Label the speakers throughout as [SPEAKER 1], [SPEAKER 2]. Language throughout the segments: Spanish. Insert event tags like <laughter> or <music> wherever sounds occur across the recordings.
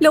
[SPEAKER 1] Lo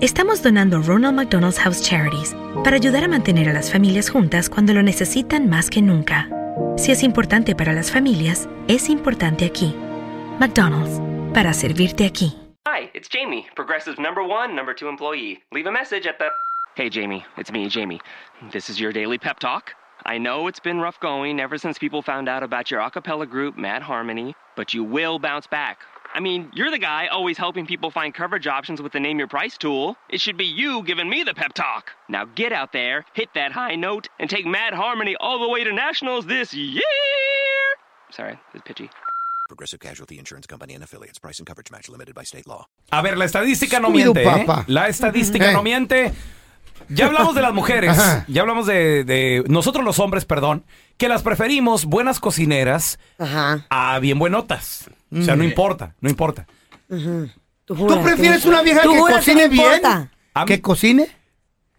[SPEAKER 2] estamos donando Ronald McDonald's House Charities para ayudar a mantener a las familias juntas cuando lo necesitan más que nunca. Si es importante para las familias, es importante aquí. McDonald's, para servirte aquí.
[SPEAKER 3] Hi, it's Jamie, Progressive number one, number two employee. Leave a message at the. Hey, Jamie, it's me, Jamie. This is your daily pep talk. I know it's been rough going ever since people found out about your a cappella group, Mad Harmony, but you will bounce back. I mean, you're the guy always helping people find coverage options with the Name Your Price tool. It should be you giving me the pep talk. Now get out there, hit that high note, and take Mad Harmony all the way to nationals this year! Sorry, it's pitchy.
[SPEAKER 4] Progressive Casualty Insurance Company and affiliates. Price and coverage match limited by state law.
[SPEAKER 5] A ver, la estadística no
[SPEAKER 6] Scooby-Doo,
[SPEAKER 5] miente. ¿eh?
[SPEAKER 6] papá.
[SPEAKER 5] La estadística
[SPEAKER 6] Ey.
[SPEAKER 5] no miente. Ya hablamos de las mujeres,
[SPEAKER 6] Ajá.
[SPEAKER 5] ya hablamos de, de nosotros los hombres, perdón, que las preferimos buenas cocineras
[SPEAKER 7] Ajá.
[SPEAKER 5] a bien buenotas. O sea, no importa, no importa.
[SPEAKER 7] ¿Tú,
[SPEAKER 6] ¿Tú
[SPEAKER 7] juras
[SPEAKER 6] prefieres
[SPEAKER 7] que-
[SPEAKER 6] una vieja
[SPEAKER 7] tú
[SPEAKER 6] que
[SPEAKER 7] juras
[SPEAKER 6] cocine
[SPEAKER 7] no
[SPEAKER 6] bien?
[SPEAKER 7] importa.
[SPEAKER 5] A mí-
[SPEAKER 6] ¿Que cocine?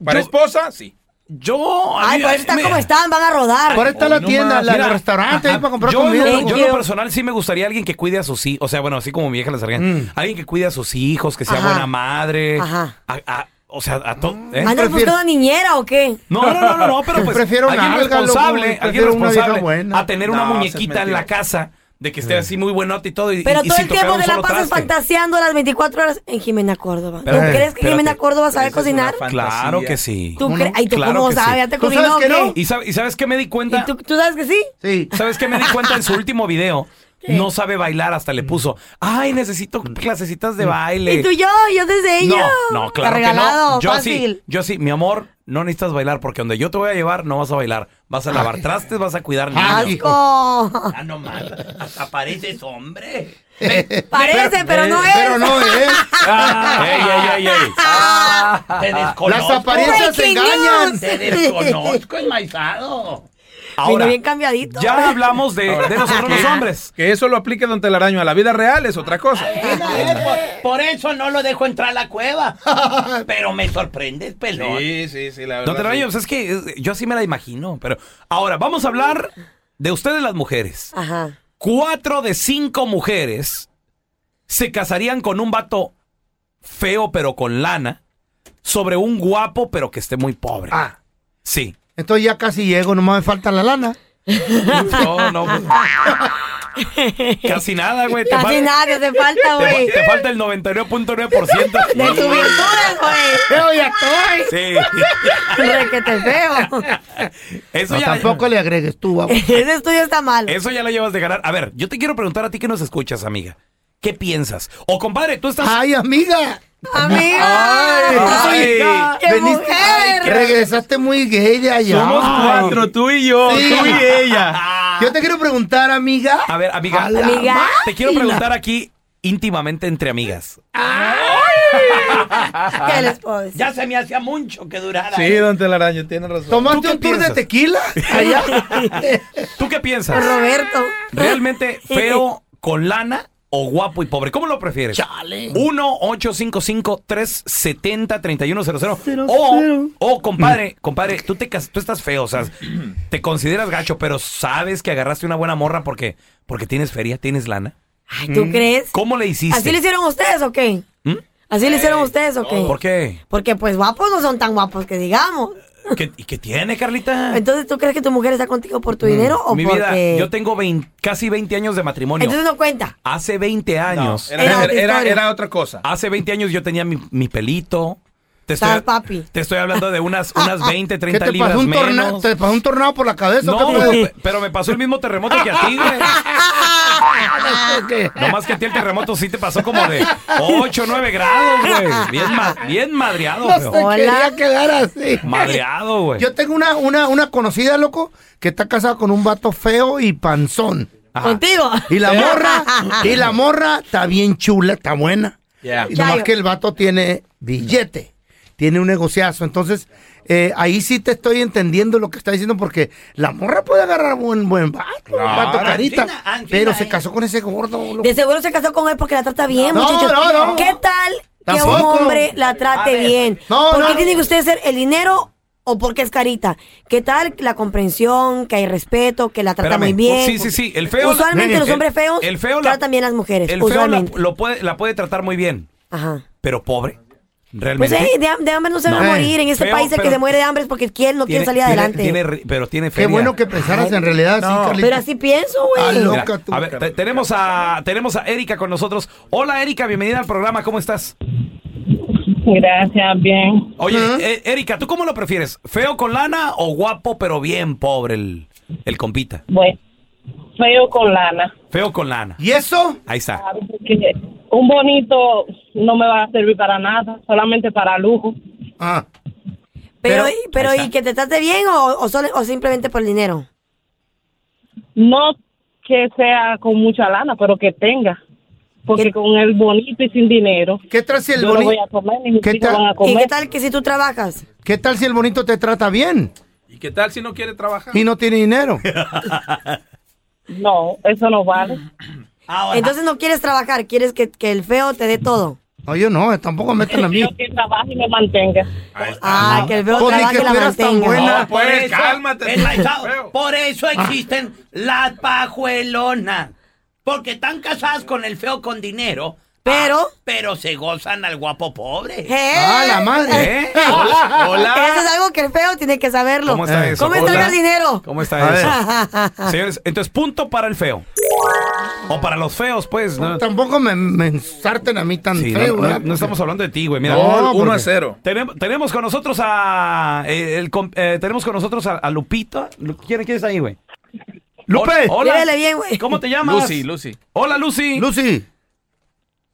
[SPEAKER 8] Para
[SPEAKER 5] Yo-
[SPEAKER 8] esposa, sí.
[SPEAKER 5] Yo... a
[SPEAKER 7] Ay,
[SPEAKER 5] mí-
[SPEAKER 7] por eso están
[SPEAKER 5] mira,
[SPEAKER 7] como están, van a rodar.
[SPEAKER 6] Por ahí está la
[SPEAKER 5] no
[SPEAKER 6] tienda,
[SPEAKER 5] más.
[SPEAKER 6] la,
[SPEAKER 5] Mira,
[SPEAKER 6] los restaurantes,
[SPEAKER 5] ajá.
[SPEAKER 6] ahí para comprar
[SPEAKER 5] yo,
[SPEAKER 6] comida.
[SPEAKER 5] en lo-
[SPEAKER 7] Thank
[SPEAKER 5] yo en
[SPEAKER 7] you.
[SPEAKER 5] lo personal sí me gustaría alguien que cuide a sus hijos, o sea, bueno, así como mi vieja la sargento,
[SPEAKER 6] Mm.
[SPEAKER 5] alguien que cuide a sus hijos, que sea
[SPEAKER 7] Ajá.
[SPEAKER 5] buena madre,
[SPEAKER 7] Ajá.
[SPEAKER 5] a- a- o sea, a todo... ¿eh?
[SPEAKER 7] ¿Andas
[SPEAKER 6] Prefiero-
[SPEAKER 7] buscando niñera o qué?
[SPEAKER 5] No, no, no, no, no,
[SPEAKER 6] <laughs>
[SPEAKER 5] pero pues
[SPEAKER 6] Prefiero
[SPEAKER 5] alguien
[SPEAKER 6] nalga, loco,
[SPEAKER 5] responsable,
[SPEAKER 6] prefiero
[SPEAKER 5] alguien
[SPEAKER 6] una vieja
[SPEAKER 5] responsable
[SPEAKER 6] buena.
[SPEAKER 5] a tener una
[SPEAKER 8] No,
[SPEAKER 5] muñequita
[SPEAKER 8] seas
[SPEAKER 5] en la
[SPEAKER 8] mentira.
[SPEAKER 5] casa de que esté así muy buenota y todo y,
[SPEAKER 7] Pero
[SPEAKER 5] y- y
[SPEAKER 7] todo
[SPEAKER 5] sin
[SPEAKER 7] el
[SPEAKER 5] tocar
[SPEAKER 7] tiempo
[SPEAKER 5] un
[SPEAKER 7] te la
[SPEAKER 5] solo
[SPEAKER 7] pasas
[SPEAKER 5] traste.
[SPEAKER 7] fantaseando las 24 horas en Jimena Córdoba. ¿Tú
[SPEAKER 5] Espérate,
[SPEAKER 7] crees que Jimena
[SPEAKER 5] espérate.
[SPEAKER 7] Córdoba
[SPEAKER 8] Esa
[SPEAKER 7] sabe
[SPEAKER 8] es una
[SPEAKER 7] cocinar?
[SPEAKER 8] fan-
[SPEAKER 5] Claro
[SPEAKER 8] Fantasía.
[SPEAKER 5] que sí.
[SPEAKER 7] ¿Tú crees? Ay, ¿tú
[SPEAKER 5] Claro
[SPEAKER 7] cómo
[SPEAKER 5] que sí.
[SPEAKER 7] sabes? ¿Ya te
[SPEAKER 6] ¿Tú
[SPEAKER 7] cocinó
[SPEAKER 6] sabes
[SPEAKER 7] o
[SPEAKER 6] que no?
[SPEAKER 7] qué?
[SPEAKER 5] ¿Y, sab- y sabes qué me di
[SPEAKER 7] ¿Y
[SPEAKER 5] cuenta?
[SPEAKER 7] tú, tú sabes que sí?
[SPEAKER 6] Sí.
[SPEAKER 5] ¿Sabes qué me di cuenta en su último video? No sabe bailar, hasta
[SPEAKER 8] Mm.
[SPEAKER 5] le puso, "Ay, necesito clasecitas de baile."
[SPEAKER 7] ¿Y tú yo? ¿Yo desde
[SPEAKER 5] no,
[SPEAKER 7] ella?
[SPEAKER 5] no, claro que
[SPEAKER 7] regalado,
[SPEAKER 5] no. Yo sí,
[SPEAKER 7] fácil.
[SPEAKER 5] yo sí, mi amor, no necesitas bailar porque donde yo te voy a llevar no vas a bailar, vas a lavar trastes, vas a cuidar
[SPEAKER 8] Ah,
[SPEAKER 5] niños.
[SPEAKER 6] Ay,
[SPEAKER 7] ¡Asco!
[SPEAKER 5] Ah, no más. Hasta pareces hombre.
[SPEAKER 7] Parece, pero no es.
[SPEAKER 6] eh, Pero no es.
[SPEAKER 7] Ah.
[SPEAKER 5] ¡Ey, ey, ey, ey!
[SPEAKER 9] Ah. Te
[SPEAKER 6] Las
[SPEAKER 9] desconozco.
[SPEAKER 7] <laughs>
[SPEAKER 6] apariencias
[SPEAKER 7] Breaking
[SPEAKER 6] engañan.
[SPEAKER 7] news.
[SPEAKER 9] Te desconozco, enmaizado.
[SPEAKER 7] Vino
[SPEAKER 5] Ahora,
[SPEAKER 7] bien cambiadito.
[SPEAKER 5] ya hablamos de, de nosotros los hombres.
[SPEAKER 8] Que eso lo aplique Don Telaraño a la vida real es otra cosa.
[SPEAKER 9] Eh, Por, por eso no lo dejo entrar a
[SPEAKER 8] <laughs>
[SPEAKER 9] la cueva. Pero me sorprendes, pelón.
[SPEAKER 8] Sí, sí, sí, la verdad.
[SPEAKER 5] Don Telaraño,
[SPEAKER 8] sí.
[SPEAKER 5] pues es que eh, yo así me la imagino. Pero ahora, vamos a hablar de ustedes las mujeres.
[SPEAKER 7] Ajá.
[SPEAKER 5] Cuatro de cinco mujeres se casarían con un vato feo pero con lana sobre un guapo pero que esté muy pobre.
[SPEAKER 6] Ah. <laughs>
[SPEAKER 5] Sí.
[SPEAKER 6] Entonces ya casi llego, nomás me falta la lana.
[SPEAKER 5] No, no. pues. Casi nada, güey. Te
[SPEAKER 7] Casi
[SPEAKER 5] fal-
[SPEAKER 7] nadie te falta,
[SPEAKER 5] te fal-
[SPEAKER 7] güey.
[SPEAKER 5] te falta el 99.9%.
[SPEAKER 7] De tus virtudes, güey.
[SPEAKER 6] Pero ya estoy.
[SPEAKER 5] Sí.
[SPEAKER 7] Re que te
[SPEAKER 5] <laughs>
[SPEAKER 7] veo.
[SPEAKER 5] Eso,
[SPEAKER 6] No,
[SPEAKER 5] ya,
[SPEAKER 6] tampoco le agregues tú, vamos.
[SPEAKER 7] Ese estudio está mal.
[SPEAKER 5] eso ya lo llevas de ganar. A ver, yo te quiero preguntar a ti que nos escuchas, amiga. ¿Qué piensas? O compadre, tú estás.
[SPEAKER 6] Ay, amiga.
[SPEAKER 7] Amiga.
[SPEAKER 6] Ay,
[SPEAKER 5] Ay,
[SPEAKER 7] ¡Qué
[SPEAKER 6] veniste-
[SPEAKER 7] mujer!
[SPEAKER 6] regresaste muy gay de allá.
[SPEAKER 8] Somos cuatro, tú y yo,
[SPEAKER 6] Sí.
[SPEAKER 8] tú y ella.
[SPEAKER 6] Yo te quiero preguntar, amiga.
[SPEAKER 5] A ver, amiga.
[SPEAKER 6] A la
[SPEAKER 7] Amiga. ma-
[SPEAKER 5] Te quiero preguntar aquí íntimamente entre amigas.
[SPEAKER 7] ¿Qué les puedo decir?
[SPEAKER 9] Ya se me hacía mucho que durara.
[SPEAKER 8] Sí,
[SPEAKER 9] eh.
[SPEAKER 8] Don Telaraño, tiene razón.
[SPEAKER 5] ¿Tú
[SPEAKER 6] ¿Tomaste
[SPEAKER 5] qué
[SPEAKER 6] un tour de
[SPEAKER 5] piensas?
[SPEAKER 6] tequila?
[SPEAKER 5] <laughs>
[SPEAKER 6] Allá.
[SPEAKER 5] ¿Tú qué piensas?
[SPEAKER 7] Roberto.
[SPEAKER 5] ¿Realmente feo con lana o guapo y pobre? ¿Cómo lo prefieres?
[SPEAKER 6] Chale.
[SPEAKER 5] 1-855-370-3100. O, o, compadre, compadre, tú, te, cas- tú estás feo, o sea, te consideras gacho, pero sabes que agarraste una buena morra porque, porque tienes feria, tienes lana.
[SPEAKER 7] Ay, ¿tú crees?
[SPEAKER 5] ¿Cómo le hiciste?
[SPEAKER 7] ¿Así le hicieron ustedes o qué?
[SPEAKER 5] ¿Mm?
[SPEAKER 7] ¿Así le hicieron ustedes o qué?
[SPEAKER 5] ¿Por qué?
[SPEAKER 7] Porque pues guapos no son tan guapos que digamos.
[SPEAKER 5] ¿Qué- ¿Y qué tiene, Carlita?
[SPEAKER 7] Entonces, ¿tú crees que tu mujer está contigo por tu dinero o
[SPEAKER 5] Mm. Mi
[SPEAKER 7] porque...?
[SPEAKER 5] vida, yo tengo 20 casi 20 años de matrimonio.
[SPEAKER 7] Entonces no cuenta.
[SPEAKER 5] hace 20 años,
[SPEAKER 8] Era,
[SPEAKER 7] Era
[SPEAKER 8] era-
[SPEAKER 7] otra
[SPEAKER 8] era-
[SPEAKER 7] historia.
[SPEAKER 8] era otra cosa.
[SPEAKER 5] hace 20 años yo tenía mi, mi pelito. Te estoy,
[SPEAKER 7] Estás papi.
[SPEAKER 5] te estoy hablando de unas,
[SPEAKER 7] <laughs>
[SPEAKER 5] unas 20,
[SPEAKER 6] ¿Qué
[SPEAKER 5] 30
[SPEAKER 6] te
[SPEAKER 5] libras
[SPEAKER 6] pasó, un
[SPEAKER 5] menos.
[SPEAKER 6] tornado, te pasó un tornado por la cabeza?
[SPEAKER 5] No,
[SPEAKER 6] <laughs> ¿Qué fue?
[SPEAKER 5] pero, pero me pasó el mismo terremoto que a ti, güey.
[SPEAKER 7] Ah,
[SPEAKER 5] No más que a ti el terremoto sí te pasó como de 8, 9 grados, güey. Bien, ma- bien madreado,
[SPEAKER 6] No
[SPEAKER 5] feo.
[SPEAKER 6] se
[SPEAKER 7] Hola.
[SPEAKER 6] quería quedar así.
[SPEAKER 5] Madreado, güey.
[SPEAKER 6] Yo tengo una, una, una conocida, loco, que está casada con un vato feo y panzón.
[SPEAKER 5] Ajá.
[SPEAKER 7] ¿Contigo? <laughs>
[SPEAKER 6] Y la morra, y la morra está bien chula, está buena.
[SPEAKER 8] Ya.
[SPEAKER 6] Y
[SPEAKER 7] Ya,
[SPEAKER 6] nomás
[SPEAKER 7] yo-
[SPEAKER 6] que el vato tiene billete, tiene un negociazo. Entonces, eh, ahí sí te estoy entendiendo lo que está diciendo, porque la morra puede agarrar buen, buen vato, un vato carita.
[SPEAKER 9] Anfina,
[SPEAKER 5] ah,
[SPEAKER 9] anfina,
[SPEAKER 6] pero
[SPEAKER 9] eh.
[SPEAKER 6] se casó con ese gordo, loco.
[SPEAKER 7] De seguro se casó con él porque la trata bien,
[SPEAKER 6] No,
[SPEAKER 7] muchachos.
[SPEAKER 6] no, no.
[SPEAKER 7] ¿Qué tal que un
[SPEAKER 6] Tampoco.
[SPEAKER 7] hombre la trate bien?
[SPEAKER 6] No,
[SPEAKER 7] ¿Por
[SPEAKER 6] no,
[SPEAKER 7] qué
[SPEAKER 6] no.
[SPEAKER 7] tiene que usted ser el dinero o porque es carita? ¿Qué tal la comprensión, que hay respeto, que la trata
[SPEAKER 5] Espérame.
[SPEAKER 7] muy bien?
[SPEAKER 5] Sí, sí, sí. El feo.
[SPEAKER 7] Usualmente los
[SPEAKER 5] el-
[SPEAKER 7] hombres feos
[SPEAKER 5] el feo la-
[SPEAKER 7] tratan bien a las mujeres.
[SPEAKER 5] El feo la,
[SPEAKER 7] usualmente.
[SPEAKER 5] lo puede, la puede tratar muy bien,
[SPEAKER 7] Ajá.
[SPEAKER 5] pero pobre.
[SPEAKER 7] Pues
[SPEAKER 5] Realmente.
[SPEAKER 7] hey, de, ham- de hambre no se van a
[SPEAKER 6] No.
[SPEAKER 7] morir. En este
[SPEAKER 5] Feo,
[SPEAKER 7] país el que
[SPEAKER 5] pero-
[SPEAKER 7] se muere de hambre es porque quiere, no quiere
[SPEAKER 5] Tiene-
[SPEAKER 7] salir
[SPEAKER 5] tiene-
[SPEAKER 7] adelante.
[SPEAKER 5] tiene re- pero tiene
[SPEAKER 6] Qué
[SPEAKER 5] feria.
[SPEAKER 6] bueno que pensaras en realidad así,
[SPEAKER 8] No.
[SPEAKER 6] Carlita.
[SPEAKER 7] Pero así pienso,
[SPEAKER 6] Ah,
[SPEAKER 7] güey.
[SPEAKER 6] no.
[SPEAKER 5] Mira,
[SPEAKER 6] Loca tú,
[SPEAKER 5] a ver, te-
[SPEAKER 6] Carlita.
[SPEAKER 5] tenemos a tenemos a Erika con nosotros. Hola Erika, bienvenida al programa. ¿Cómo estás?
[SPEAKER 10] Gracias, bien.
[SPEAKER 5] Oye,
[SPEAKER 6] Ajá.
[SPEAKER 5] eh, Erika, ¿tú cómo lo prefieres? ¿Feo con lana o guapo pero bien pobre el, el compita?
[SPEAKER 10] Bueno, feo con lana.
[SPEAKER 5] Feo con lana.
[SPEAKER 6] ¿Y eso?
[SPEAKER 5] Ahí está.
[SPEAKER 10] Claro, porque un bonito no me va a servir para nada, solamente para lujo.
[SPEAKER 6] Ah.
[SPEAKER 7] Pero,
[SPEAKER 6] Pero-
[SPEAKER 7] pero
[SPEAKER 5] Ahí
[SPEAKER 7] ¿y
[SPEAKER 5] está.
[SPEAKER 7] que te trate bien o, o, solo- o simplemente por el dinero?
[SPEAKER 10] No que sea con mucha lana, pero que tenga. Porque
[SPEAKER 7] ¿Qué-
[SPEAKER 10] con el bonito y sin dinero,
[SPEAKER 6] ¿Qué tal si el
[SPEAKER 10] yo no voy
[SPEAKER 6] bonito?
[SPEAKER 10] a comer ni mis
[SPEAKER 6] ¿Qué
[SPEAKER 10] hijos
[SPEAKER 6] tal-
[SPEAKER 10] van a
[SPEAKER 7] ¿Y qué
[SPEAKER 10] comer.
[SPEAKER 7] tal que si tú trabajas?
[SPEAKER 6] ¿Qué tal si el bonito te trata bien
[SPEAKER 8] ¿Y qué tal si no quiere trabajar?
[SPEAKER 6] y no tiene
[SPEAKER 5] <laughs>
[SPEAKER 6] dinero?
[SPEAKER 10] No, eso no vale.
[SPEAKER 9] Ahora,
[SPEAKER 7] Entonces no quieres trabajar, quieres que, que el feo te dé todo.
[SPEAKER 6] No, yo no, eh, tampoco me metan a
[SPEAKER 10] <laughs>
[SPEAKER 6] mí.
[SPEAKER 10] Yo que trabaje y me mantenga.
[SPEAKER 7] Ah, que el feo
[SPEAKER 6] Pues ni
[SPEAKER 7] trabaje
[SPEAKER 6] que
[SPEAKER 7] y la
[SPEAKER 6] estuvieras tan
[SPEAKER 7] mantenga.
[SPEAKER 6] buena.
[SPEAKER 9] no, por
[SPEAKER 8] Pues,
[SPEAKER 9] eso,
[SPEAKER 8] cálmate,
[SPEAKER 9] es
[SPEAKER 8] tú,
[SPEAKER 9] maizado.
[SPEAKER 8] feo.
[SPEAKER 9] por eso
[SPEAKER 6] Ah.
[SPEAKER 9] existen las pajuelonas. Porque están casadas con el feo con dinero.
[SPEAKER 7] Pero-
[SPEAKER 9] ah, pero se gozan al guapo pobre.
[SPEAKER 7] ¡Eh!
[SPEAKER 6] ¡Ah, la madre!
[SPEAKER 5] ¿Eh? Hola, hola.
[SPEAKER 7] Eso es algo que el feo tiene que saberlo.
[SPEAKER 5] ¿Cómo está eso?
[SPEAKER 7] ¿Cómo está el
[SPEAKER 5] Hola.
[SPEAKER 7] jardinero?
[SPEAKER 5] ¿Cómo
[SPEAKER 6] A
[SPEAKER 5] está eso? Señores, entonces punto para el feo. O para los feos, pues. ¿no?
[SPEAKER 6] Tampoco me, me ensarten a mí tan
[SPEAKER 5] Sí, no-
[SPEAKER 6] feo,
[SPEAKER 5] no,
[SPEAKER 6] ¿verdad?
[SPEAKER 5] no estamos hablando de ti, güey. Mira,
[SPEAKER 8] No,
[SPEAKER 6] No,
[SPEAKER 8] 1 a
[SPEAKER 6] porque-
[SPEAKER 8] 0.
[SPEAKER 5] Tenemos, tenemos con nosotros a eh, el com- eh, tenemos con nosotros a, a Lupita. Lu- ¿Quién, quién está ahí, güey?
[SPEAKER 6] ¡Lupe!
[SPEAKER 5] Hol- Hola.
[SPEAKER 7] Llévele bien, güey.
[SPEAKER 5] ¿Cómo te llamas?
[SPEAKER 8] Lucy, Lucy.
[SPEAKER 5] Hola, Lucy.
[SPEAKER 6] ¡Lucy!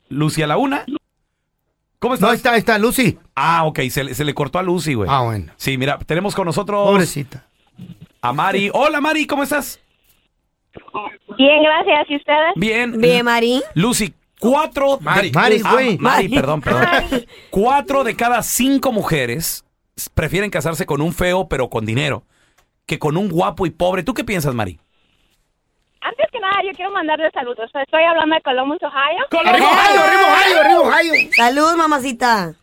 [SPEAKER 5] Lucy a la una. ¿Cómo
[SPEAKER 6] No,
[SPEAKER 5] estás?
[SPEAKER 6] ahí está, ahí está, Lucy.
[SPEAKER 5] Ah, ok, se, le- se le cortó a Lucy, güey.
[SPEAKER 6] Ah, bueno.
[SPEAKER 5] Sí, mira, tenemos con nosotros
[SPEAKER 6] Pobrecita.
[SPEAKER 5] a Mari. Hola, Mari, ¿cómo estás?
[SPEAKER 10] Bien, gracias. ¿Y ustedes?
[SPEAKER 5] Bien.
[SPEAKER 7] <laughs> Bien, Marín.
[SPEAKER 5] Lucy, cuatro.
[SPEAKER 8] Mari.
[SPEAKER 6] Mari,
[SPEAKER 5] Ah,
[SPEAKER 6] güey.
[SPEAKER 5] Mari, perdón, perdón. Cuatro de cada cinco mujeres s- prefieren casarse con un feo, pero con dinero, que con un guapo y pobre. ¿Tú qué piensas, Mari?
[SPEAKER 10] Antes que nada, yo quiero mandarles saludos. Estoy hablando de Columbus, Ohio.
[SPEAKER 6] ¡Arriba, Ohio, arriba, Ohio, arriba, Ohio!
[SPEAKER 7] Salud, mamacita.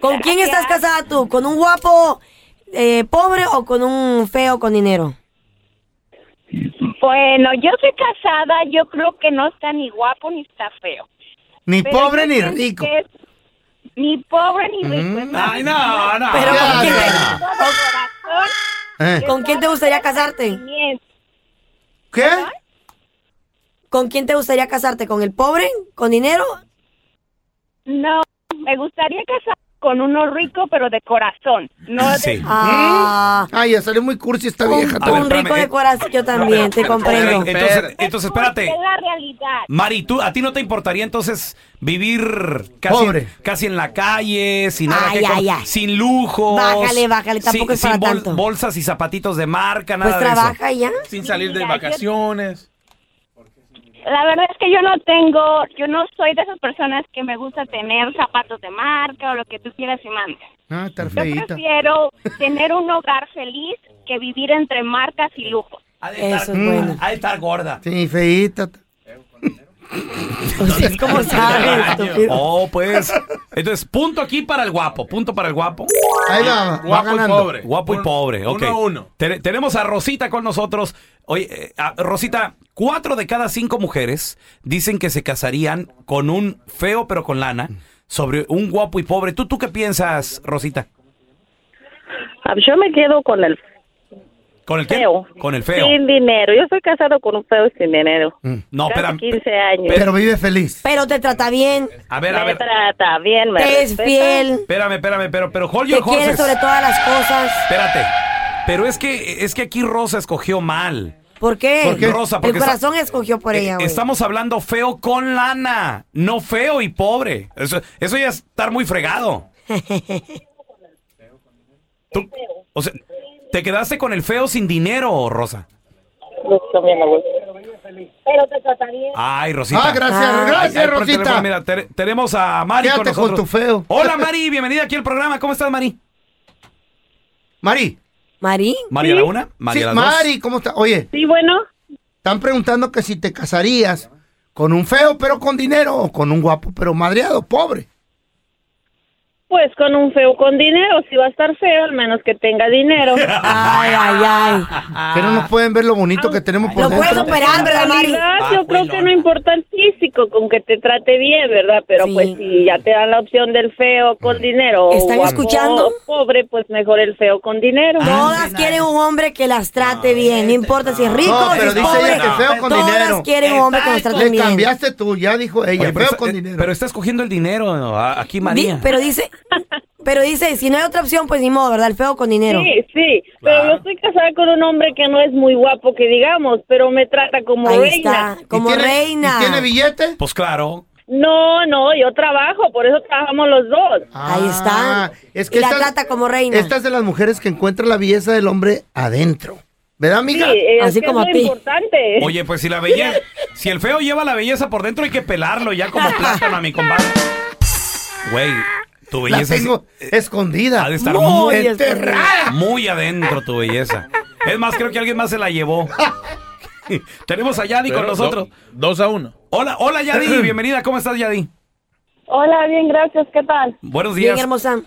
[SPEAKER 7] ¿Con quién estás casada tú? ¿Con un guapo eh, pobre o con un feo con dinero?
[SPEAKER 10] Bueno, yo soy casada. Yo creo que no está ni guapo ni está feo.
[SPEAKER 6] Ni
[SPEAKER 10] Pero
[SPEAKER 6] pobre
[SPEAKER 10] yo
[SPEAKER 6] ni
[SPEAKER 10] pienso
[SPEAKER 6] rico. Mm.
[SPEAKER 10] que es- Ni pobre ni rico. es más,
[SPEAKER 5] no, no.
[SPEAKER 7] Pero
[SPEAKER 6] ya,
[SPEAKER 7] ¿con quién,
[SPEAKER 6] ya.
[SPEAKER 10] todo corazón,
[SPEAKER 6] Eh,
[SPEAKER 7] ¿con quién te gustaría casarte?
[SPEAKER 10] sentimiento.
[SPEAKER 6] ¿Qué?
[SPEAKER 7] ¿Con quién te gustaría casarte? ¿Con el pobre? ¿Con dinero?
[SPEAKER 10] No, me gustaría casar con uno rico, pero de corazón. No de-
[SPEAKER 5] Sí.
[SPEAKER 7] Ah,
[SPEAKER 6] Ay, ya salió muy cursi esta
[SPEAKER 7] un,
[SPEAKER 6] vieja.
[SPEAKER 7] un
[SPEAKER 5] A ver, espérame,
[SPEAKER 7] rico de
[SPEAKER 5] eh.
[SPEAKER 7] corazón. Yo también, te comprendo.
[SPEAKER 8] espérame,
[SPEAKER 5] Entonces, entonces
[SPEAKER 10] Porque
[SPEAKER 5] espérate.
[SPEAKER 10] Es la realidad.
[SPEAKER 5] Mari, ¿tú, ¿a ti no te importaría entonces vivir casi,
[SPEAKER 6] Pobre.
[SPEAKER 5] casi en la calle, sin nada
[SPEAKER 7] Ay,
[SPEAKER 5] que com-
[SPEAKER 7] ay, ay.
[SPEAKER 5] sin lujos?
[SPEAKER 7] Bájale, bájale, tampoco es para tanto.
[SPEAKER 5] bolsas y zapatitos de marca, nada
[SPEAKER 7] Pues
[SPEAKER 5] de eso.
[SPEAKER 7] trabaja y ya.
[SPEAKER 8] Sin salir de vacaciones.
[SPEAKER 10] La verdad es que yo no tengo, yo no soy de esas personas que me gusta tener zapatos de marca o lo que tú quieras y mandes.
[SPEAKER 6] Ah, está
[SPEAKER 10] Yo
[SPEAKER 6] feíta.
[SPEAKER 10] prefiero tener un hogar feliz que vivir entre marcas y lujos.
[SPEAKER 9] Ha de estar,
[SPEAKER 7] Eso
[SPEAKER 6] Mm. <laughs>
[SPEAKER 7] es bueno.
[SPEAKER 9] ha de estar gorda.
[SPEAKER 6] Sí, feíta.
[SPEAKER 7] Entonces,
[SPEAKER 5] <laughs>
[SPEAKER 7] ¿cómo sabes, estúpido?
[SPEAKER 5] Oh, pues. Entonces, punto aquí para el guapo. Punto para el guapo.
[SPEAKER 6] Ahí va, va
[SPEAKER 5] Guapo y
[SPEAKER 6] ganando.
[SPEAKER 5] pobre. Ah, Guapo y pobre. ok.
[SPEAKER 6] uno a uno.
[SPEAKER 5] Te- tenemos a Rosita con nosotros. Oye, eh, a- Rosita, cuatro de cada cinco mujeres dicen que se casarían con un feo pero con lana sobre un guapo y pobre. ¿Tú, tú qué piensas, Rosita?
[SPEAKER 11] Ah, Yo me quedo con el
[SPEAKER 5] ¿Con el qué?
[SPEAKER 11] Feo.
[SPEAKER 5] Con el feo.
[SPEAKER 11] sin dinero. Yo soy casado con un feo sin dinero.
[SPEAKER 5] No,
[SPEAKER 11] Casi
[SPEAKER 5] espera.
[SPEAKER 11] 15 años.
[SPEAKER 6] vive feliz.
[SPEAKER 7] Pero te trata bien.
[SPEAKER 5] A ver, a
[SPEAKER 11] me
[SPEAKER 5] ver.
[SPEAKER 11] trata Ah, bien, me
[SPEAKER 7] Te es
[SPEAKER 11] respeta.
[SPEAKER 7] fiel.
[SPEAKER 5] Espérame, espérame, pero, pero hold
[SPEAKER 7] Te
[SPEAKER 5] your
[SPEAKER 7] quiere
[SPEAKER 5] horses.
[SPEAKER 7] sobre todas las cosas.
[SPEAKER 5] Espérate. Pero es que, es que aquí Rosa escogió mal.
[SPEAKER 7] ¿Por qué?
[SPEAKER 5] ¿Por qué? Rosa, porque eh,
[SPEAKER 7] el corazón escogió por ella, güey.
[SPEAKER 5] Estamos hablando feo con lana, no feo y pobre. Eso, eso ya es estar muy fregado. Tú- o sea, te quedaste con el feo sin dinero, Rosa.
[SPEAKER 11] Pero te trata bien.
[SPEAKER 5] Ay, Rosita.
[SPEAKER 11] Ah, gracias, gracias,
[SPEAKER 5] por el
[SPEAKER 11] Rosita.
[SPEAKER 5] teléfono, mira, te- tenemos a Mari
[SPEAKER 6] Quédate
[SPEAKER 5] con
[SPEAKER 6] con
[SPEAKER 5] nosotros.
[SPEAKER 6] tu feo.
[SPEAKER 5] Hola, Mari, bienvenida aquí al programa. ¿Cómo estás, Mari?
[SPEAKER 6] Mari.
[SPEAKER 7] Mari.
[SPEAKER 5] Mari a la una, Mari
[SPEAKER 6] Sí,
[SPEAKER 5] a las dos.
[SPEAKER 6] Mari, ¿cómo estás? Oye.
[SPEAKER 11] Sí, bueno.
[SPEAKER 6] Están preguntando que si te casarías con un feo pero con dinero o con un guapo pero madreado, pobre.
[SPEAKER 11] Pues con un feo con dinero, si va a estar feo, al menos que tenga dinero.
[SPEAKER 6] <laughs>
[SPEAKER 7] ay, ay, ay.
[SPEAKER 6] Que no nos pueden ver lo bonito que tenemos por dentro.
[SPEAKER 11] Yo creo que no importa el físico, con que te trate bien, ¿verdad? Pero pues si ya te dan la opción del feo
[SPEAKER 6] Mm.
[SPEAKER 11] con dinero. o
[SPEAKER 7] ¿Están
[SPEAKER 11] guapo
[SPEAKER 7] escuchando?
[SPEAKER 11] o Pobre, pues mejor el feo con dinero.
[SPEAKER 7] Todas quieren un hombre que las trate bien, no importa si es rico o
[SPEAKER 6] este No,
[SPEAKER 7] si
[SPEAKER 6] pero
[SPEAKER 7] es
[SPEAKER 6] dice
[SPEAKER 7] pobre.
[SPEAKER 6] ella que feo con
[SPEAKER 7] Todas
[SPEAKER 6] dinero.
[SPEAKER 7] quieren un hombre que las trate
[SPEAKER 6] Le
[SPEAKER 7] bien.
[SPEAKER 6] cambiaste tú, ya dijo ella,
[SPEAKER 5] Oye,
[SPEAKER 6] feo
[SPEAKER 5] pero,
[SPEAKER 6] con
[SPEAKER 5] está, eh,
[SPEAKER 6] dinero.
[SPEAKER 5] pero está escogiendo el dinero a- aquí,
[SPEAKER 7] Di-
[SPEAKER 5] María.
[SPEAKER 7] pero dice, pero dice, si no hay otra opción, pues ni modo, ¿verdad? El feo con dinero.
[SPEAKER 11] Sí, sí, pero yo estoy casada con un hombre que no es muy guapo, que digamos, pero me trata como
[SPEAKER 7] Ahí
[SPEAKER 11] reina.
[SPEAKER 7] está, como ¿Y tiene- reina. y tiene
[SPEAKER 6] billete?
[SPEAKER 5] Pues claro.
[SPEAKER 11] No, no, yo trabajo, por eso trabajamos los dos.
[SPEAKER 7] Ahí está.
[SPEAKER 6] Ah, Es que
[SPEAKER 7] y la
[SPEAKER 6] estas-
[SPEAKER 7] trata como reina.
[SPEAKER 6] Estas de las mujeres que encuentran la belleza del hombre adentro. ¿Verdad, amiga?
[SPEAKER 11] importante.
[SPEAKER 5] Oye, pues si la belleza, si el feo lleva la belleza por dentro hay que pelarlo ya como plátano a mi compadre. Güey, tu
[SPEAKER 6] La
[SPEAKER 5] belleza es-
[SPEAKER 6] tengo escondida.
[SPEAKER 5] ha de estar
[SPEAKER 6] Muy
[SPEAKER 5] muy,
[SPEAKER 6] enterrada.
[SPEAKER 5] muy adentro tu belleza. Es más, creo que alguien más se la
[SPEAKER 6] <laughs>
[SPEAKER 5] llevó. Tenemos a Yadi con
[SPEAKER 8] Pero do-
[SPEAKER 5] nosotros. dos a uno. Hola, hola Yadi, bienvenida. ¿Cómo estás, Yadi?
[SPEAKER 11] Hola, bien, gracias, ¿qué tal?
[SPEAKER 5] Buenos días.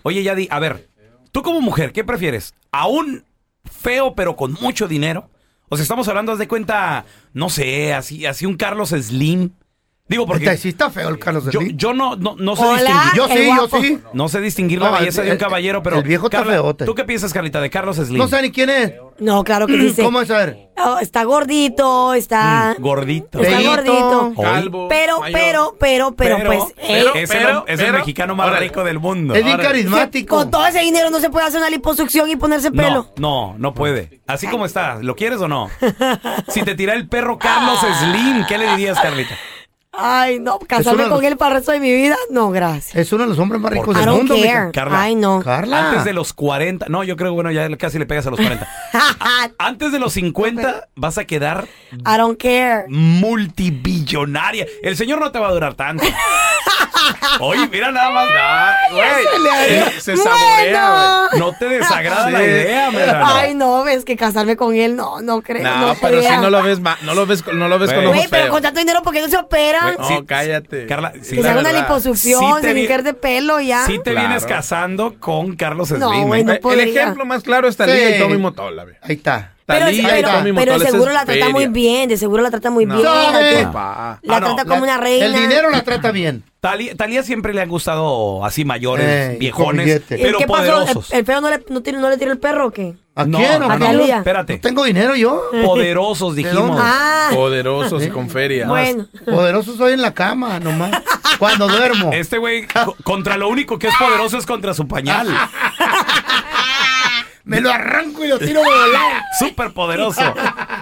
[SPEAKER 5] Oye, Yadi, a ver, tú como mujer, ¿qué prefieres? ¿A un feo pero con mucho dinero? O sea, estamos hablando, haz de cuenta, no sé, así, así un Carlos Slim. Digo, porque...
[SPEAKER 6] Sí está feo el Carlos
[SPEAKER 5] Yo, yo no, no, no sé
[SPEAKER 6] Hola,
[SPEAKER 5] distinguir.
[SPEAKER 6] Yo sí, el yo guapo. sí.
[SPEAKER 5] No sé distinguir la
[SPEAKER 6] No, el-
[SPEAKER 5] belleza de un
[SPEAKER 6] el-
[SPEAKER 5] caballero, pero...
[SPEAKER 6] el viejo está
[SPEAKER 5] Carla,
[SPEAKER 6] feote.
[SPEAKER 5] ¿Tú qué piensas, Carlita, de Carlos Slim?
[SPEAKER 6] No sé ni quién es.
[SPEAKER 7] No, claro que sí. sé.
[SPEAKER 6] <clears throat> ¿Cómo es? A ver.
[SPEAKER 7] Oh, está gordito, está.
[SPEAKER 5] Mm, Gordito.
[SPEAKER 7] Está gordito.
[SPEAKER 5] Hoy-
[SPEAKER 7] Pero, pero, pero, pero, pues.
[SPEAKER 5] pero,
[SPEAKER 7] eh,
[SPEAKER 5] es el, es el mexicano más rico del mundo.
[SPEAKER 6] Es bien
[SPEAKER 5] Órale.
[SPEAKER 6] carismático.
[SPEAKER 7] Con todo ese dinero no se puede hacer una liposucción y ponerse pelo.
[SPEAKER 5] No, no, no puede. Así como está, ¿lo quieres o
[SPEAKER 7] <laughs>
[SPEAKER 5] no? Si te tira el perro Carlos Slim, ¿qué le dirías, Carlita?
[SPEAKER 7] Ay, no, casarme
[SPEAKER 5] una-
[SPEAKER 7] con él para el resto de mi vida, no, gracias.
[SPEAKER 6] Es uno de los hombres más
[SPEAKER 7] I
[SPEAKER 6] ricos del
[SPEAKER 7] don't
[SPEAKER 6] mundo. mija.
[SPEAKER 7] care. Ay, no.
[SPEAKER 6] Carla.
[SPEAKER 5] Antes de los 40, no, yo creo, bueno, ya casi le pegas a los 40.
[SPEAKER 7] <laughs>
[SPEAKER 5] A- Antes de los 50 vas a quedar
[SPEAKER 7] I don't care.
[SPEAKER 5] multibillonaria. El señor no te va a durar tanto. Oye, mira nada más.
[SPEAKER 8] Ah,
[SPEAKER 5] No, güey.
[SPEAKER 7] se le ha-
[SPEAKER 5] Se- se saborea,
[SPEAKER 7] Bueno.
[SPEAKER 5] güey. No te desagrada la idea, ¿verdad?
[SPEAKER 7] Ay, no, ves que casarme con él, no, no creo.
[SPEAKER 8] No,
[SPEAKER 7] No,
[SPEAKER 8] pero si
[SPEAKER 7] creo.
[SPEAKER 8] no lo ves, ma- no lo ves, con- no lo ves con
[SPEAKER 5] Güey,
[SPEAKER 8] ojos
[SPEAKER 7] Güey, pero
[SPEAKER 8] feos.
[SPEAKER 7] con tanto dinero, ¿por qué no se operan?
[SPEAKER 8] No, cállate.
[SPEAKER 5] Carla,
[SPEAKER 8] sí,
[SPEAKER 7] que se
[SPEAKER 8] la
[SPEAKER 7] haga una
[SPEAKER 8] verdad.
[SPEAKER 5] Sí
[SPEAKER 7] liposucción,
[SPEAKER 5] te
[SPEAKER 7] se
[SPEAKER 5] vi-
[SPEAKER 7] limpiar de pelo ya.
[SPEAKER 5] Si te vienes casando con Carlos Slim.
[SPEAKER 7] No, güey, no
[SPEAKER 5] ¿eh?
[SPEAKER 7] podría.
[SPEAKER 8] El ejemplo más claro es Talía
[SPEAKER 5] Sí.
[SPEAKER 8] y Tommy Motola. ve.
[SPEAKER 6] Ahí está.
[SPEAKER 7] Pero,
[SPEAKER 8] Talía y
[SPEAKER 7] pero-
[SPEAKER 8] Tommy
[SPEAKER 7] pero
[SPEAKER 8] Motola, esa
[SPEAKER 7] seguro
[SPEAKER 8] es
[SPEAKER 7] la trata
[SPEAKER 8] feria.
[SPEAKER 7] muy bien, de seguro la trata muy bien.
[SPEAKER 6] ¿Sabe?
[SPEAKER 7] La, la
[SPEAKER 5] Ah,
[SPEAKER 7] trata como una reina.
[SPEAKER 6] El dinero la trata bien.
[SPEAKER 5] Talía, Talía siempre le han gustado así mayores,
[SPEAKER 6] Ey, Eh, con
[SPEAKER 5] viejones,
[SPEAKER 6] billete.
[SPEAKER 5] pero
[SPEAKER 7] ¿Qué pasó? Eh, ¿El,
[SPEAKER 5] poderosos.
[SPEAKER 7] el perro no le, no, tiene- no le tira el perro o qué?
[SPEAKER 6] ¿A
[SPEAKER 5] No,
[SPEAKER 6] quién?
[SPEAKER 5] no,
[SPEAKER 8] ah,
[SPEAKER 6] hombre?
[SPEAKER 5] no,
[SPEAKER 7] Talía.
[SPEAKER 5] espérate.
[SPEAKER 6] No tengo dinero yo.
[SPEAKER 7] eh,
[SPEAKER 5] Poderosos,
[SPEAKER 6] ¿De
[SPEAKER 5] dijimos.
[SPEAKER 6] dónde? ¿Eh?
[SPEAKER 7] Ah.
[SPEAKER 8] Poderosos y con feria.
[SPEAKER 7] Bueno.
[SPEAKER 6] Poderoso soy en la cama, nomás.
[SPEAKER 8] <laughs>
[SPEAKER 6] Cuando duermo.
[SPEAKER 5] Este güey, co- contra lo único que es poderoso es contra su
[SPEAKER 7] <laughs>
[SPEAKER 5] pañal.
[SPEAKER 6] Me lo arranco y lo tiro volado.
[SPEAKER 5] Súper poderoso.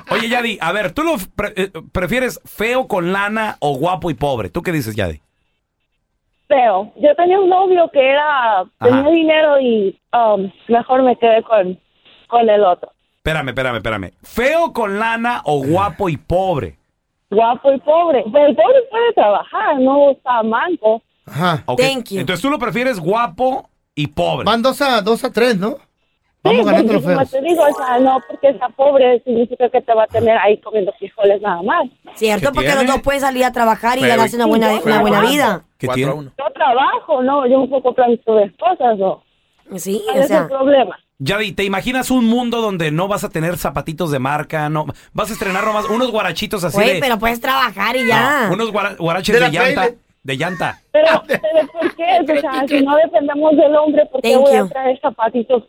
[SPEAKER 5] Oye, Yadi, a ver, ¿tú lo pre- eh, prefieres feo con lana o guapo y pobre? ¿Tú qué dices, Yadi?
[SPEAKER 11] Feo. Yo tenía un novio que era, tenía dinero y um, mejor me quedé con, con el otro.
[SPEAKER 5] Espérame, espérame, espérame. ¿Feo con lana o guapo y pobre?
[SPEAKER 11] Guapo y pobre. Pero el pobre puede trabajar, no está manco.
[SPEAKER 6] Ajá.
[SPEAKER 5] Ok. Entonces tú lo prefieres guapo y pobre.
[SPEAKER 6] Van dos a, dos a tres, ¿no? Vamos ganando
[SPEAKER 11] porque
[SPEAKER 6] los
[SPEAKER 11] como
[SPEAKER 6] feos.
[SPEAKER 11] te digo, o sea, no porque está pobre significa que te va a tener ahí comiendo frijoles nada más.
[SPEAKER 7] Cierto,
[SPEAKER 11] ¿Qué
[SPEAKER 7] porque
[SPEAKER 11] tiene?
[SPEAKER 7] los dos pueden salir a trabajar y
[SPEAKER 11] Pero,
[SPEAKER 7] ganarse una
[SPEAKER 11] ¿y
[SPEAKER 7] buena,
[SPEAKER 11] qué?
[SPEAKER 7] una buena vida.
[SPEAKER 5] ¿Qué
[SPEAKER 11] Cuatro
[SPEAKER 5] tiene?
[SPEAKER 11] Yo trabajo, ¿no? Yo un poco planteo de esposas, ¿no?
[SPEAKER 7] Sí,
[SPEAKER 11] ¿Cuál
[SPEAKER 7] o
[SPEAKER 11] es
[SPEAKER 7] sea.
[SPEAKER 11] el problema?
[SPEAKER 5] Ya vi, ¿te imaginas un mundo donde no vas a tener zapatitos de marca? no Vas a estrenar nomás unos guarachitos así
[SPEAKER 7] Güey,
[SPEAKER 5] de...
[SPEAKER 7] pues, pero puedes trabajar y ya.
[SPEAKER 5] No, unos guara- guaraches de,
[SPEAKER 7] De la
[SPEAKER 5] llanta.
[SPEAKER 7] Playboy.
[SPEAKER 5] De llanta.
[SPEAKER 6] Ah,
[SPEAKER 11] Pero, pero ¿por
[SPEAKER 6] <laughs>
[SPEAKER 11] qué? O sea, si no dependemos del hombre, ¿por qué
[SPEAKER 7] Thank
[SPEAKER 11] voy a
[SPEAKER 7] you.
[SPEAKER 11] traer zapatitos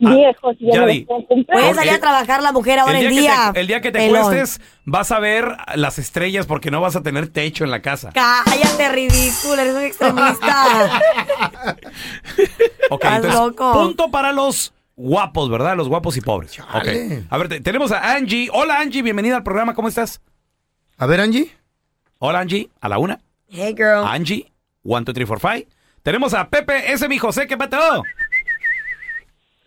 [SPEAKER 8] Ah,
[SPEAKER 11] viejos y
[SPEAKER 5] ya
[SPEAKER 11] ya no
[SPEAKER 5] vi.
[SPEAKER 11] los puedo comprar?
[SPEAKER 7] Puedes salir a trabajar la mujer ahora en
[SPEAKER 5] el,
[SPEAKER 7] día.
[SPEAKER 5] Que te, el día que te
[SPEAKER 7] pelón.
[SPEAKER 5] cuestes, vas a ver las estrellas porque no vas a tener techo en la
[SPEAKER 7] <laughs>
[SPEAKER 5] casa.
[SPEAKER 7] Cállate, ridícula, eres
[SPEAKER 5] <laughs>
[SPEAKER 7] un extremista.
[SPEAKER 5] Ok,
[SPEAKER 7] Estás
[SPEAKER 5] entonces,
[SPEAKER 7] loco.
[SPEAKER 5] punto para los guapos, ¿verdad? Los guapos y pobres. Ok. A ver, te- tenemos a Angie. Hola, Angie, bienvenida al programa. ¿Cómo estás?
[SPEAKER 6] A ver, Angie.
[SPEAKER 5] Hola, Angie. A la una.
[SPEAKER 7] Hey, girl.
[SPEAKER 5] Angie, one, two, three, four, five. Tenemos a Pepe, ese es mi José. ¿Qué pato?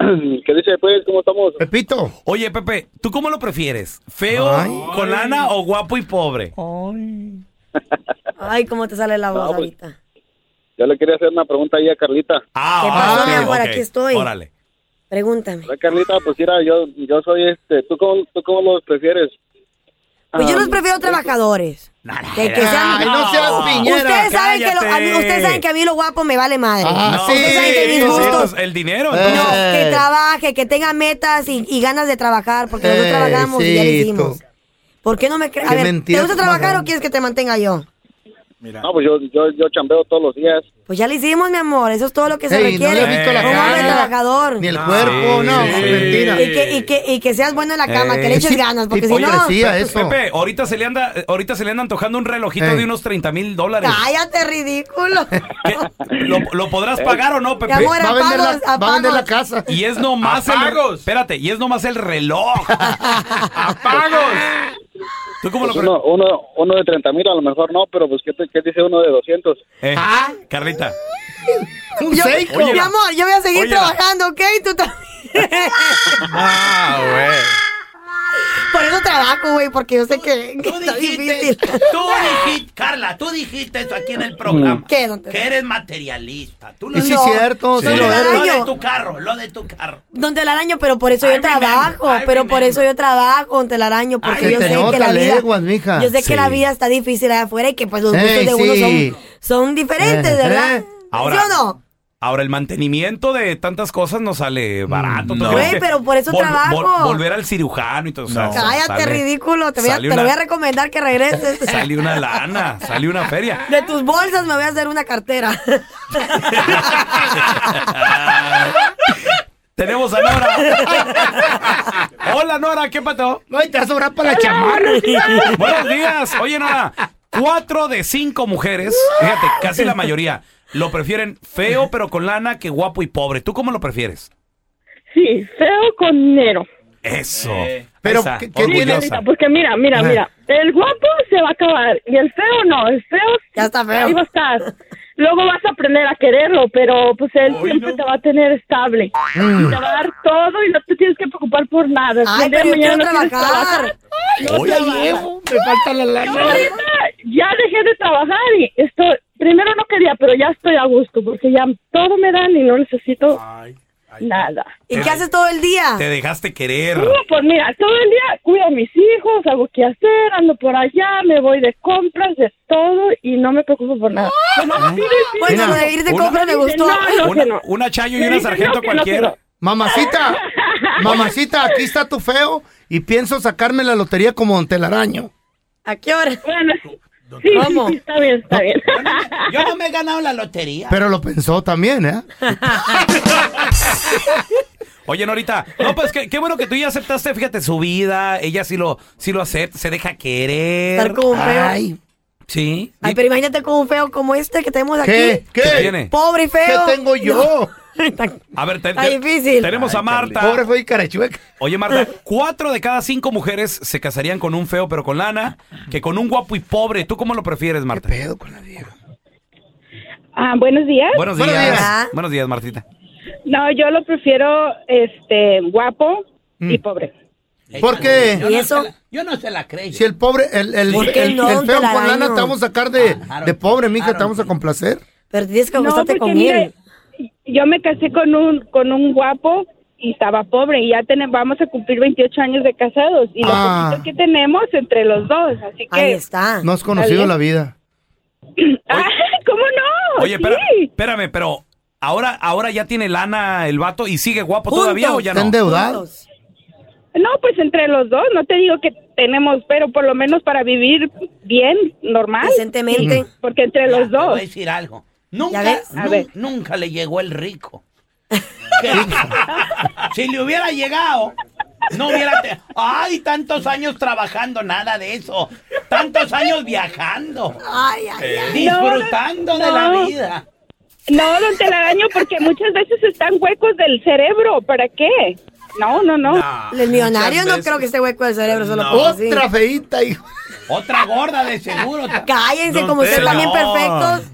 [SPEAKER 12] ¿Qué dice, pues? ¿Cómo estamos?
[SPEAKER 6] Pepito.
[SPEAKER 5] Oye, Pepe, ¿tú cómo lo prefieres? ¿Feo, con lana o guapo y pobre?
[SPEAKER 7] Oh. Ay, cómo te sale la
[SPEAKER 12] pues,
[SPEAKER 7] voz ahorita.
[SPEAKER 12] Yo le quería hacer una pregunta ahí a Carlita.
[SPEAKER 5] Ah,
[SPEAKER 7] ¿Qué pasó, mi amor? Aquí estoy. Pregúntame.
[SPEAKER 12] Hola, Carlita, pues mira, yo, yo soy este, ¿tú cómo, tú cómo los prefieres?
[SPEAKER 7] Pues yo los
[SPEAKER 12] Ah,
[SPEAKER 7] prefiero trabajadores. Que, que sean-
[SPEAKER 6] Ay, no seas piñera.
[SPEAKER 7] Ustedes saben, que lo- a mí-
[SPEAKER 6] Cállate.
[SPEAKER 7] ustedes saben que a mí lo guapo me vale madre.
[SPEAKER 6] Ah, sí,
[SPEAKER 7] Ustedes saben que mis
[SPEAKER 6] sí, Ah, sí,
[SPEAKER 7] gustos-
[SPEAKER 5] Pues, El dinero.
[SPEAKER 7] No, que
[SPEAKER 12] eh.
[SPEAKER 5] entonces.
[SPEAKER 7] trabaje, que tenga metas y, y ganas de trabajar, porque
[SPEAKER 6] Eh,
[SPEAKER 7] los dos trabajamos y ya lo hicimos. ¿Por qué no me crees?
[SPEAKER 12] Eh, Qué
[SPEAKER 7] A ver, ¿te
[SPEAKER 12] mentira
[SPEAKER 7] gusta
[SPEAKER 12] más
[SPEAKER 7] trabajar o
[SPEAKER 12] grande.
[SPEAKER 7] quieres que te mantenga yo?
[SPEAKER 12] No, pues yo, yo, yo chambeo todos los días.
[SPEAKER 7] Pues ya lo hicimos, mi amor. Eso es todo lo que se
[SPEAKER 12] Ey, no le
[SPEAKER 7] requiere.
[SPEAKER 12] he visto la
[SPEAKER 7] un hombre
[SPEAKER 12] cara,
[SPEAKER 7] trabajador.
[SPEAKER 12] ni el No,
[SPEAKER 5] Ah,
[SPEAKER 12] cuerpo, sí, no, sí. mentira.
[SPEAKER 7] Y que, y, que, y que seas bueno en la cama, que le
[SPEAKER 5] Eh,
[SPEAKER 7] eches
[SPEAKER 5] sí,
[SPEAKER 7] ganas,
[SPEAKER 12] <laughs>
[SPEAKER 7] porque si
[SPEAKER 5] Oye,
[SPEAKER 7] no.
[SPEAKER 5] Pepe, Pepe, ahorita se le anda, ahorita se le anda antojando un relojito de unos 30 mil dólares.
[SPEAKER 7] Cállate,
[SPEAKER 12] <laughs>
[SPEAKER 7] ridículo.
[SPEAKER 5] ¿Lo, lo podrás pagar o no, Pepe?
[SPEAKER 7] Mi amor, Va a vender la- apagos, va a vender la apagos.
[SPEAKER 6] casa.
[SPEAKER 5] Y es nomás el Espérate, y es nomás el
[SPEAKER 7] <laughs>
[SPEAKER 5] reloj. ¡Apagos! ¿Tú cómo
[SPEAKER 12] Pues uno, uno, uno de 30 mil a lo mejor no, pero pues ¿qué, te- qué dice uno de 200?
[SPEAKER 5] Eh, Carlita.
[SPEAKER 7] Yo- mi
[SPEAKER 12] Óyela.
[SPEAKER 7] amor, yo voy a seguir
[SPEAKER 12] Óyela.
[SPEAKER 7] trabajando, ¿ok? Tú también. <laughs>
[SPEAKER 5] Ah, güey.
[SPEAKER 7] Por eso trabajo, güey, porque yo sé que, que está difícil.
[SPEAKER 9] Tú dijiste, Carla, tú dijiste eso aquí en el programa.
[SPEAKER 7] ¿Qué, don
[SPEAKER 9] Que eres materialista. Tú
[SPEAKER 7] Y sí, No. cierto, sí
[SPEAKER 9] Lo
[SPEAKER 7] lo eres.
[SPEAKER 9] de- lo de
[SPEAKER 7] Yo-
[SPEAKER 9] tu carro, lo de tu carro.
[SPEAKER 7] Don Telaraño, pero por eso yo trabajo, pero por eso yo trabajo, Don Telaraño, porque
[SPEAKER 6] Se
[SPEAKER 7] yo
[SPEAKER 6] te
[SPEAKER 7] sé que
[SPEAKER 6] nota
[SPEAKER 7] la vida,
[SPEAKER 6] leguas, mija.
[SPEAKER 7] yo sé
[SPEAKER 6] Sí.
[SPEAKER 7] que la vida está difícil allá afuera y que pues los gustos
[SPEAKER 6] Ey,
[SPEAKER 7] de uno
[SPEAKER 6] sí.
[SPEAKER 7] son, son diferentes,
[SPEAKER 6] Eh,
[SPEAKER 7] ¿verdad?
[SPEAKER 6] eh.
[SPEAKER 5] Ahora,
[SPEAKER 7] ¿Sí o no?
[SPEAKER 5] ahora el mantenimiento de tantas cosas no sale barato. ¿tú
[SPEAKER 7] no.
[SPEAKER 5] crees
[SPEAKER 7] Güey,
[SPEAKER 5] que
[SPEAKER 7] pero por eso trabajo.
[SPEAKER 5] volver al cirujano y todo. o sea,
[SPEAKER 7] Cállate,
[SPEAKER 5] sale-
[SPEAKER 7] ridículo, te, voy a-
[SPEAKER 5] sale
[SPEAKER 7] te lo
[SPEAKER 5] una-
[SPEAKER 7] voy a recomendar que regreses.
[SPEAKER 5] Sale una lana, sale una
[SPEAKER 7] <laughs>
[SPEAKER 5] feria. <laughs>
[SPEAKER 7] De tus bolsas me voy a hacer una cartera.
[SPEAKER 5] Tenemos a Nora. Hola, Nora, ¿qué pato?
[SPEAKER 6] No, y te va a sobrar para la chamarra.
[SPEAKER 5] <laughs> Buenos días. Oye, Nora, cuatro de cinco mujeres, fíjate, casi la mayoría, lo prefieren feo pero con lana que guapo y pobre. ¿Tú cómo lo prefieres?
[SPEAKER 11] Sí, feo con dinero.
[SPEAKER 5] Eso.
[SPEAKER 11] Pero,
[SPEAKER 5] Esa,
[SPEAKER 11] ¿qué- qué
[SPEAKER 5] orgullosa.
[SPEAKER 11] Carlita, Porque mira, mira,
[SPEAKER 5] Ajá.
[SPEAKER 11] mira. El guapo se va a acabar y el feo no. El feo
[SPEAKER 7] ya está feo.
[SPEAKER 11] Ahí va a estar. Luego vas a aprender a quererlo, pero pues él siempre te va a tener estable.
[SPEAKER 5] Mm.
[SPEAKER 11] Te va a dar todo y no te tienes que preocupar por nada. Si
[SPEAKER 7] Ay,
[SPEAKER 11] el día
[SPEAKER 7] pero yo
[SPEAKER 11] de mañana
[SPEAKER 7] quiero
[SPEAKER 11] no quieres
[SPEAKER 7] trabajar.
[SPEAKER 11] No
[SPEAKER 5] Oye,
[SPEAKER 11] trabajas.
[SPEAKER 6] viejo, me falta la lana.
[SPEAKER 11] Yo ahorita ya dejé de trabajar y estoy, primero no quería, pero ya estoy a gusto porque ya todo me dan y no necesito nada.
[SPEAKER 7] ¿Y qué haces todo el día?
[SPEAKER 5] Te dejaste querer.
[SPEAKER 11] No, pues mira, todo el día cuido a mis hijos, hago que hacer, ando por allá, me voy de compras, de todo y no me preocupo por nada.
[SPEAKER 5] Mira, una-
[SPEAKER 11] No, no,
[SPEAKER 5] Una,
[SPEAKER 11] que no.
[SPEAKER 5] una chayo y
[SPEAKER 11] Me
[SPEAKER 5] una
[SPEAKER 11] dice,
[SPEAKER 5] sargento
[SPEAKER 11] <laughs> no, que no,
[SPEAKER 5] cualquiera.
[SPEAKER 11] que <laughs>
[SPEAKER 6] Mamacita, mamacita, aquí está tu feo y pienso sacarme la lotería como Don Telaraño.
[SPEAKER 7] ¿A qué hora?
[SPEAKER 11] Bueno,
[SPEAKER 7] sí,
[SPEAKER 6] ¿Cómo?
[SPEAKER 11] sí, está bien, está bien.
[SPEAKER 9] Yo no me he ganado la lotería.
[SPEAKER 6] Pero lo pensó también, ¿eh?
[SPEAKER 5] Oye, Norita, no, pues qué, qué bueno que tú ya aceptaste, fíjate, su vida, ella sí lo, sí lo acepta, se deja querer.
[SPEAKER 7] Estar con un feo.
[SPEAKER 5] Ay. Sí.
[SPEAKER 7] Ay, pero imagínate con un feo como este que tenemos aquí.
[SPEAKER 5] ¿Qué? ¿Qué? ¿Qué tiene?
[SPEAKER 7] Pobre y feo.
[SPEAKER 6] ¿Qué
[SPEAKER 7] <laughs>
[SPEAKER 6] tengo yo?
[SPEAKER 5] A ver, te-
[SPEAKER 7] Está
[SPEAKER 5] te-
[SPEAKER 7] difícil.
[SPEAKER 5] tenemos a
[SPEAKER 7] Ay,
[SPEAKER 5] Marta.
[SPEAKER 6] Pobre feo y carachueca.
[SPEAKER 5] Oye, Marta, cuatro de cada cinco mujeres se casarían con un feo pero con lana, que con un guapo y pobre. ¿Tú cómo lo prefieres, Marta?
[SPEAKER 11] Ah, buenos días.
[SPEAKER 5] Buenos días. Buenos días, Martita.
[SPEAKER 11] No, yo lo prefiero este guapo y
[SPEAKER 6] Mm.
[SPEAKER 11] pobre.
[SPEAKER 6] ¿Por qué?
[SPEAKER 9] Yo no se la- yo no se la creí.
[SPEAKER 6] Si el pobre, el, el,
[SPEAKER 9] ¿Por qué
[SPEAKER 6] el-
[SPEAKER 9] no,
[SPEAKER 6] el
[SPEAKER 9] don
[SPEAKER 6] feo con
[SPEAKER 9] Telaraño? Ah,
[SPEAKER 6] lana te vamos a sacar de, de pobre, mija, te vamos a complacer.
[SPEAKER 7] Pero tienes que
[SPEAKER 11] No,
[SPEAKER 7] gustarte
[SPEAKER 11] porque
[SPEAKER 7] con él.
[SPEAKER 11] mire, yo me casé con un con un guapo
[SPEAKER 10] y estaba pobre y ya tenemos, vamos a cumplir 28 años de casados y lo
[SPEAKER 6] Ah.
[SPEAKER 10] poquito que tenemos entre los dos, así que...
[SPEAKER 7] Ahí está.
[SPEAKER 6] No has conocido
[SPEAKER 10] <clears throat>
[SPEAKER 6] la vida.
[SPEAKER 10] Ah, ¿Cómo
[SPEAKER 11] Oh,
[SPEAKER 10] no?
[SPEAKER 5] Oye, espera- espérame, pero ahora, ahora ya tiene lana el vato y sigue guapo todavía o ya no.
[SPEAKER 10] No, pues entre los dos, no te digo que tenemos, pero por lo menos para vivir bien, normal.
[SPEAKER 7] Decentemente.
[SPEAKER 10] Sí, Porque entre los
[SPEAKER 9] Te
[SPEAKER 10] dos.
[SPEAKER 9] voy a decir algo. Nunca,
[SPEAKER 10] ves?
[SPEAKER 9] nun-
[SPEAKER 10] A ver.
[SPEAKER 9] nunca le llegó el
[SPEAKER 10] <laughs>
[SPEAKER 9] rico. Que- si le hubiera llegado, no hubiera... te- Ay, tantos años trabajando, nada de eso. Tantos años viajando.
[SPEAKER 7] Ay, ay,
[SPEAKER 10] ay.
[SPEAKER 9] Disfrutando
[SPEAKER 10] No,
[SPEAKER 9] de la
[SPEAKER 10] no.
[SPEAKER 9] vida.
[SPEAKER 10] No, don Telaraño, porque muchas veces están huecos del cerebro. ¿Para qué? No, no, no.
[SPEAKER 7] El millonario no creo que esté hueco del cerebro solo por así.
[SPEAKER 6] Otra feíta, hijo.
[SPEAKER 9] Otra gorda de seguro.
[SPEAKER 7] Cállense, como ustedes
[SPEAKER 4] Tela.
[SPEAKER 7] también perfectos.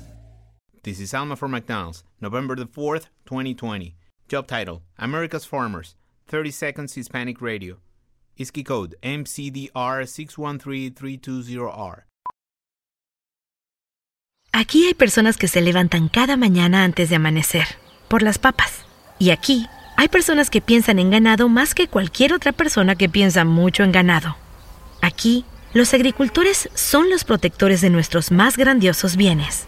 [SPEAKER 13] This is Alma for McDonald's, November the 4th, 2020. Job title America's Farmers, 30 Seconds Hispanic Radio. ISKI code MCDR613320R.
[SPEAKER 2] Aquí hay personas que se levantan cada mañana antes de amanecer, por las papas. Y aquí hay personas que piensan en ganado más que cualquier otra persona que piensa mucho en ganado. Aquí, los agricultores son los protectores de nuestros más grandiosos bienes,